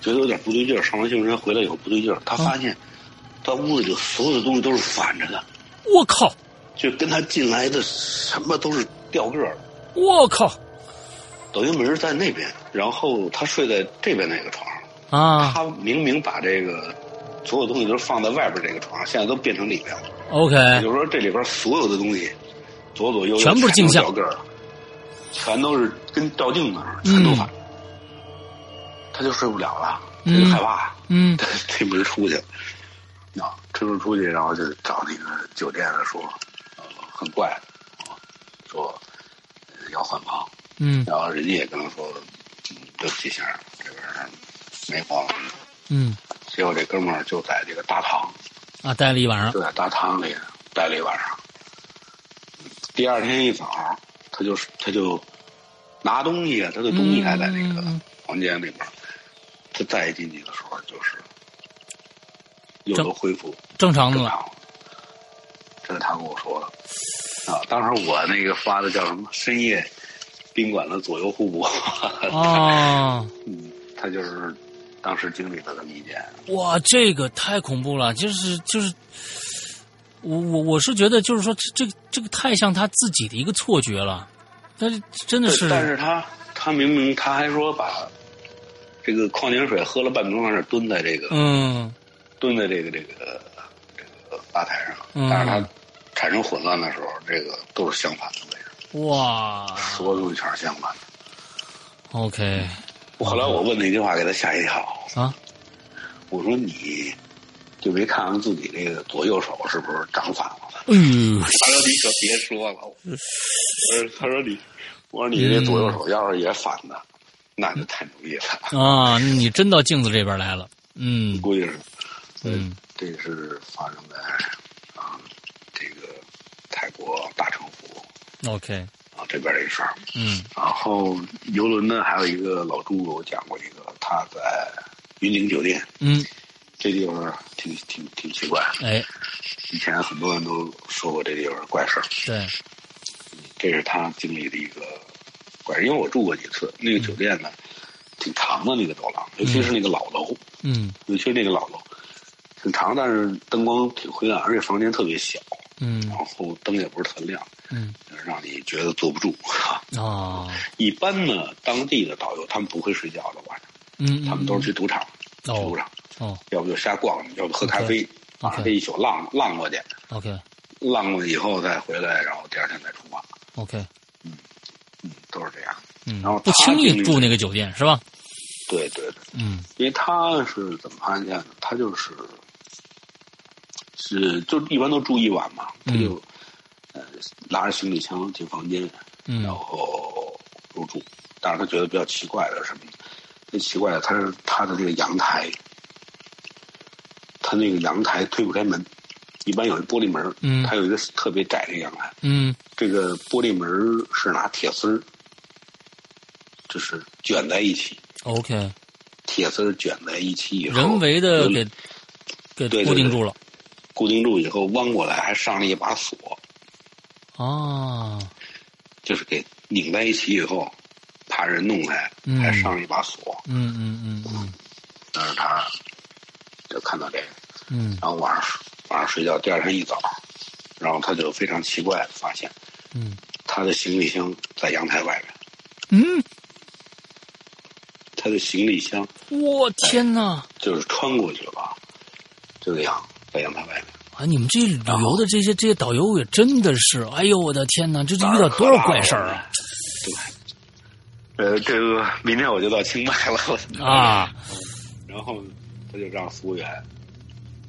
觉得有点不对劲儿。上完洗手间回来以后不对劲儿，他发现他屋子里所有的东西都是反着的，
我靠，
就跟他进来的什么都是掉个儿的。
我靠
等于门在那边，然后他睡在这边那个床上。
啊
他明明把这个所有东西都放在外边这个床上，现在都变成里边了。
，OK，
也就是说，这里边所有的东西，左左右右
哎全部是镜像
全都是脚跟儿全都是跟照镜子
嗯
似的，全都反。他就睡不了了，他就
嗯
害怕，
嗯
他就推门出去，啊，推门出去，然后就找那个酒店的说，呃，很怪，啊，说呃要换房。
嗯
然后人家也跟他说：“嗯，对不起，先生，这边儿没房。
嗯”
结果这哥们儿就在这个大堂，
啊，待了一晚上
就在大堂里待了一晚上。第二天一早，他就他就拿东西啊，他的东西还在那个房间里边儿。他再一进去的时候，就是又
正
都恢复
正常的
正
了，
常了。这是他跟我说的啊，当时我那个发的叫什么？深夜宾馆的左右互搏。
啊，
嗯，他就是当时经历了这么一件，
哇，这个太恐怖了，就是就是。我我我是觉得，就是说，这这这个太像他自己的一个错觉了，但是真的是，
但是他他明明他还说把这个矿泉水喝了半瓶往那儿蹲在这个、
嗯
蹲在这个这个这个吧台上，
嗯
但是他产生混乱的时候，这个都是相反的位置，
哇
所有东西全是相反的。
，OK
我后来我问那句话，给他吓一跳。
啊，
我说你就没看看自己这个左右手是不是长反了？
哎呦，
他说你可别说了，呃，他说你，我说你这左右手要是也反的，那就太牛逼了，
啊，你真到镜子这边来了，嗯
估计是，
嗯，
这个是发生在啊这个泰国大城府
，OK，
啊这边的一事儿。
嗯
然后游轮呢，还有一个老朱给我讲过一个，他在云顶酒店，
嗯，
这地方挺挺挺奇怪，
哎，
以前很多人都说过这地方怪事儿。
对，
这是他经历的一个怪事，因为我住过几次，那个酒店呢、挺长的那个走廊，尤其是那个老楼，
嗯
尤其是那个老楼挺长，但是灯光挺昏暗，而且房间特别小，
嗯
然后灯也不是很亮，
嗯
让你觉得坐不住。哈，
啊，
一般呢，当地的导游他们不会睡觉的晚上，
嗯，
他们都是去赌场，
哦
去赌场，
哦
要不就瞎逛，要不喝咖啡，晚上这一宿浪浪过去，
，OK
浪过去以后再回来，然后第二天再出发，
OK，
嗯，都是这样。
嗯，
然后
不
他
轻易
经历
住
的
那个酒店是吧？
对对对。
嗯
因为他是怎么发现的？他就是是就一般都住一晚嘛，他就、呃拿着行李箱进房间，
嗯
然后入住。但是他觉得比较奇怪的是什么呢？最奇怪的，他是他的这个阳台，他那个阳台推不开门，一般有一玻璃门，
嗯
他有一个特别窄的阳台，
嗯
这个玻璃门是拿铁丝儿就是卷在一起，
，OK，
铁丝儿卷在一起以后，
人为的
轮
给给
对
固
对对
定住了
固定住以后弯过来，还上了一把锁，
啊，
就是给拧在一起以后，怕人弄开
嗯，
还上了一把锁。
嗯嗯嗯嗯
但是他就看到这个，
嗯
然后晚上晚上睡觉，第二天一早，然后他就非常奇怪地发现
嗯
他的行李箱在阳台外面，
嗯，
他的行李箱
我天哪！
就是穿过去了吧，就这样在阳台外面。
啊，你们这旅游的这些这些导游也真的是，哎呦我的天哪，这这遇到多少怪事儿啊！
呃，这个明天我就到清迈了，我操
啊，
然后他就让服务员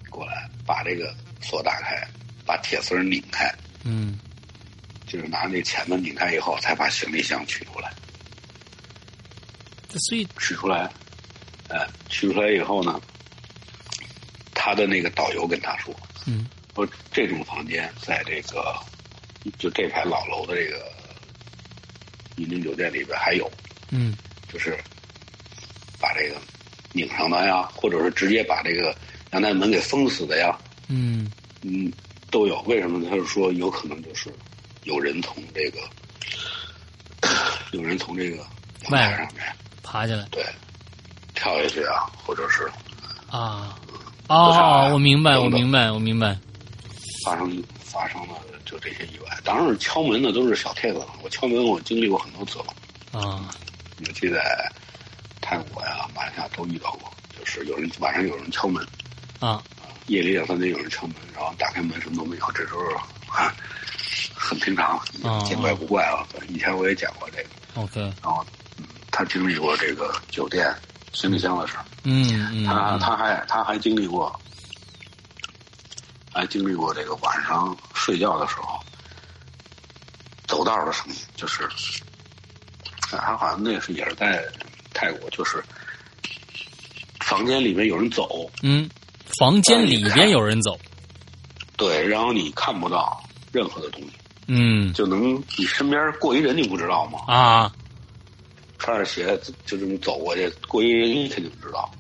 过来把这个锁打开，把铁丝儿拧开，
嗯
就是拿那钳子拧开以后，才把行李箱取出来。
所以
取出来，呃，取出来以后呢，他的那个导游跟他说
嗯
说这种房间在这个就这排老楼的这个云顶酒店里边还有，
嗯
就是把这个拧上的呀，或者是直接把这个阳台门给封死的呀，
嗯
嗯，都有。为什么呢？他就说有可能就是有人从这个有人从这个阳台上面
爬起来
对跳下去啊，或者是
啊啊！我明白，
等
我
等
明白，我明白。
发生发生了就这些意外。当然，敲门的都是小 case 了。我敲门我经历过很多次了，
啊，
尤其在泰国呀、马来西亚都遇到过，就是有人晚上有人敲门，
啊，
夜里两三点有人敲门，然后打开门什么都没有，这时候啊很平常
嗯，
见怪不怪啊。以前我也讲过这个，
OK，
然后、嗯、他经历过这个酒店行李箱的事儿，
嗯嗯
他他还他还经历过，还经历过这个晚上睡觉的时候走道的声音，就是他好像那是也是在泰国，就是房间里面有人走，
嗯，房间里边有人走，
对，然后你看不到任何的东西，
嗯
就能你身边过一人你不知道吗？
啊
穿着鞋就这么走过去，过一人肯定知道，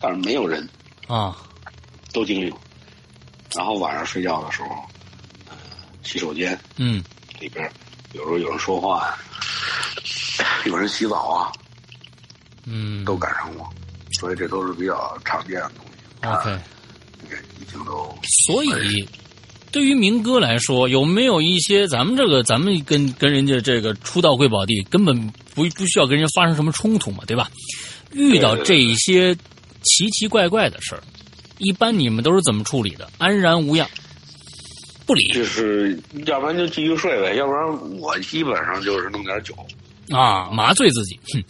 但是没有人，
啊
都经历过。然后晚上睡觉的时候，呃，洗手间
嗯
里边有时候有人说话呀、有人洗澡啊，
嗯
都赶上过，所以这都是比较常见的东西。
OK，
已经都
所以。对于明哥来说，有没有一些咱们这个咱们跟跟人家这个初到贵宝地根本不不需要跟人家发生什么冲突嘛，对吧？遇到这一些奇奇怪怪的事儿，一般你们都是怎么处理的？安然无恙？不理
就是要不然就继续睡呗，要不然我基本上就是弄点酒，
啊，麻醉自己。哼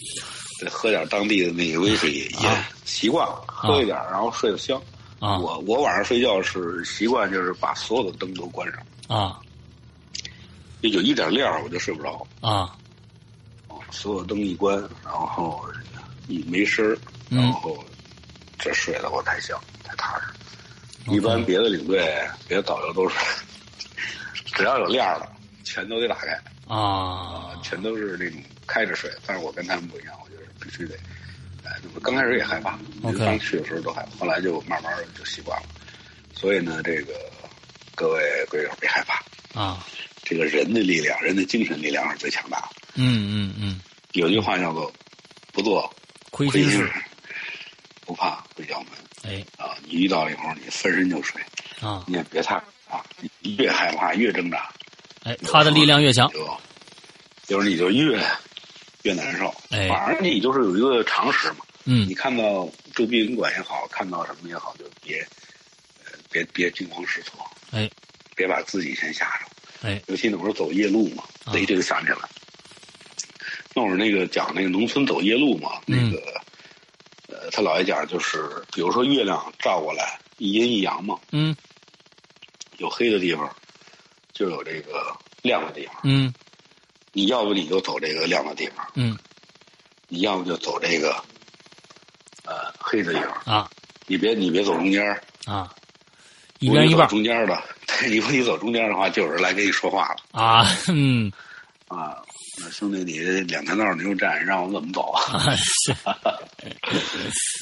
得喝点当地的那个威士忌，也习惯了，喝一点，然后睡得香。
啊
我我晚上睡觉是习惯就是把所有的灯都关上，
啊
就有一点亮儿我就睡不着，
啊
所有灯一关，然后一没声儿，
嗯
然后这睡得我才香，才踏实。一般别的领队、别的导游都是， 只要有亮儿了，全都得打开，
啊！
全都是那种开着睡。但是我跟他们不一样，我就是必须得，哎，那么刚开始也害怕，因
OK
为刚去的时候都害怕，后来就慢慢地就习惯了。所以呢，这个各位鬼友别害怕，
啊，
这个人的力量，人的精神力量是最强大的。
嗯嗯嗯，
有句话叫做“不做
亏
亏
心
心
事
事，，不怕鬼叫门”
哎
啊！你遇到以后，你翻身就睡，
啊，
你也别怕啊！你越害怕越挣扎，
哎，他的力量越强
你，就就是你就越越难受。
哎
反正你就是有一个常识嘛，
嗯
你看到住殡仪馆也好，看到什么也好，就别呃别别惊慌失措，
哎，
别把自己先吓着。
哎，
尤其那会儿走夜路嘛，
啊
哎，这个想起来，那会儿那个讲那个农村走夜路嘛，
嗯
那个呃，他姥爷讲就是，比如说月亮照过来，一阴一阳嘛，
嗯
有黑的地方，就有这个亮的地方。
嗯
你要不你就走这个亮的地方，
嗯
你要不就走这个呃黑的地方，
啊
你别你别走中间儿，
啊，一边
如果
一半
你走中间儿的，对，你说你走中间儿的话，就有人来跟你说话了。
啊，嗯
啊，那兄弟，你这两条道牛肉站，让我怎么走啊？
啊是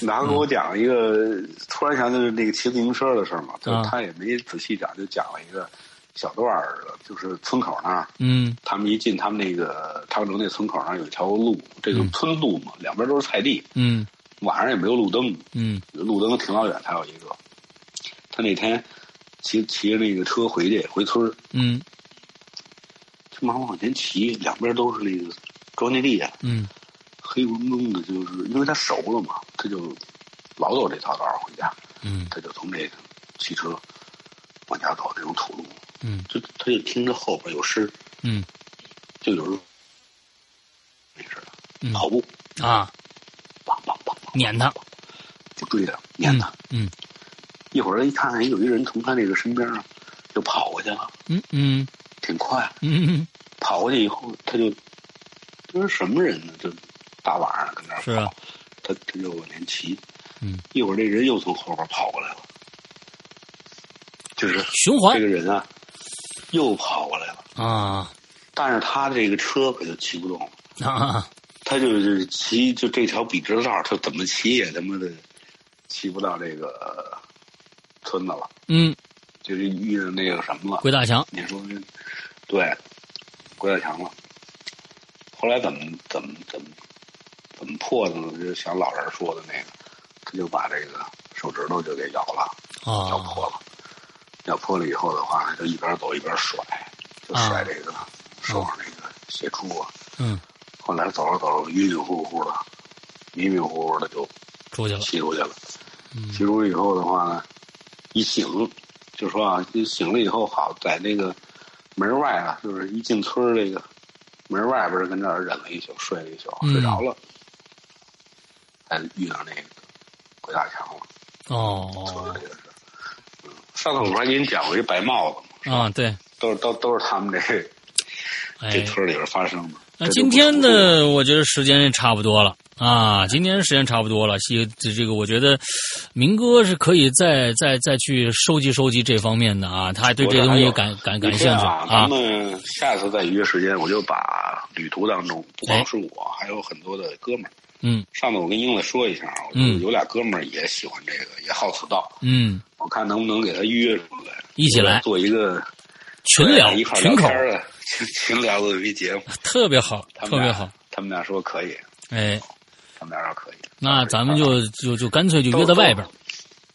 然后给我讲了一个，突然想起来那个骑自行车的事儿嘛，就是
啊
他也没仔细讲，就讲了一个小段儿的，就是村口那儿，
嗯
他们一进他们那个汤州那村口那儿有一条路，这个村路嘛，两边都是菜地，
嗯
晚上也没有路灯，
嗯
路灯挺老远才有一个。他那天骑骑着那个车回去，回村儿，
嗯
他妈往前骑，两边都是那个庄稼地啊，
嗯
黑蒙蒙的，就是因为他熟了嘛，他就老走这条道儿回家，
嗯
他就从这个汽车往家走这种土路，
嗯
就他就听着后边有声，
嗯
就有人没事了，
嗯
跑步，
啊，
梆梆梆梆
撵他，
就追他，撵他。
嗯
一会儿一看，哎有一人从他那个身边啊，就跑过去了，
嗯嗯
挺快。啊
嗯
跑过去以后，他就这是什么人呢？就大晚上跟那儿
嗯，是啊，
他他就往前骑，
嗯，
一会儿这人又从后边跑过来了，就是
循环
这个人啊，又跑过来了，
啊
但是他这个车可就骑不动了，
啊
他就是骑就这条笔直的道儿，他怎么骑也他妈的骑不到这个呃村子了，
嗯，
就是遇到那个什么了，
鬼打墙，
你说这对，鬼打墙了。后来怎么怎么怎么怎么破的呢？就像老人说的那个，他就把这个手指头就给咬了，咬
啊
破了。咬破了以后的话，就一边走一边甩，就甩这个、手上那个血珠啊。
嗯，
后来走着走着，晕晕乎乎的，迷迷糊糊的就
出去了，
骑出去了。
嗯
骑出去以后的话呢，一醒，就说啊，一醒了以后，好在那个门外啊，就是一进村儿这个门外边儿跟这儿忍了一宿，睡了一宿，
嗯
睡着了，还遇上那个鬼打墙了，说的
哦
这个是。嗯上次我不还给你讲过一白帽子嘛，
啊对，
都是都都是他们这这
哎。
村儿里边发生的。
那
这就不
今天
出了
的我觉得时间也差不多了啊，今天时间差不多了。西这这个我觉得，明哥是可以再再再去收集收集这方面的啊，他对这东西感感感
你这
兴
样
趣
啊，咱们下次再约时间，我就把旅途当中
哎
不光是我，还有很多的哥们儿。
嗯
上次我跟英子说一下啊，我
嗯
有俩哥们儿也喜欢这个，也好此道，
嗯，
我看能不能给他约出来，
一起来
做一个
群聊
一块儿
群
聊
口
天儿的群群聊的一 节目。
特别好，
他
特
们
别
俩
好。
他们俩说可以，
哎，
他们俩说可以。
那咱们就就就干脆就约在外边儿，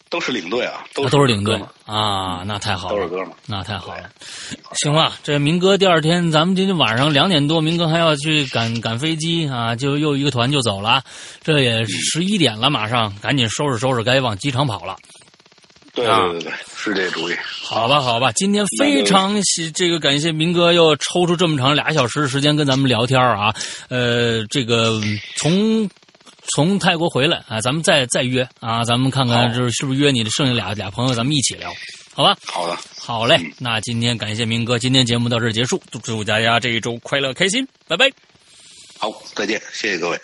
都是领队啊，都
那
是
都是领队
哥们儿
啊，那太好
都是
了，
哥们儿。
那太好了。行吧，这明哥第二天，咱们今天晚上两点多，明哥还要去赶赶飞机啊，就又一个团就走了，这也十一点了，马上赶紧收拾收拾，该往机场跑了。
对
啊
对对对，是这主意。
好吧，好吧，今天非常喜这个感谢明哥又抽出这么长俩小时的时间跟咱们聊天啊，呃，这个从从泰国回来啊，咱们再再约啊，咱们看看就是是不是约你的剩下俩俩朋友，咱们一起聊，好吧？
好的，
好嘞，那今天感谢明哥，今天节目到这儿结束，祝大家这一周快乐开心，拜拜。
好，再见，谢谢各位。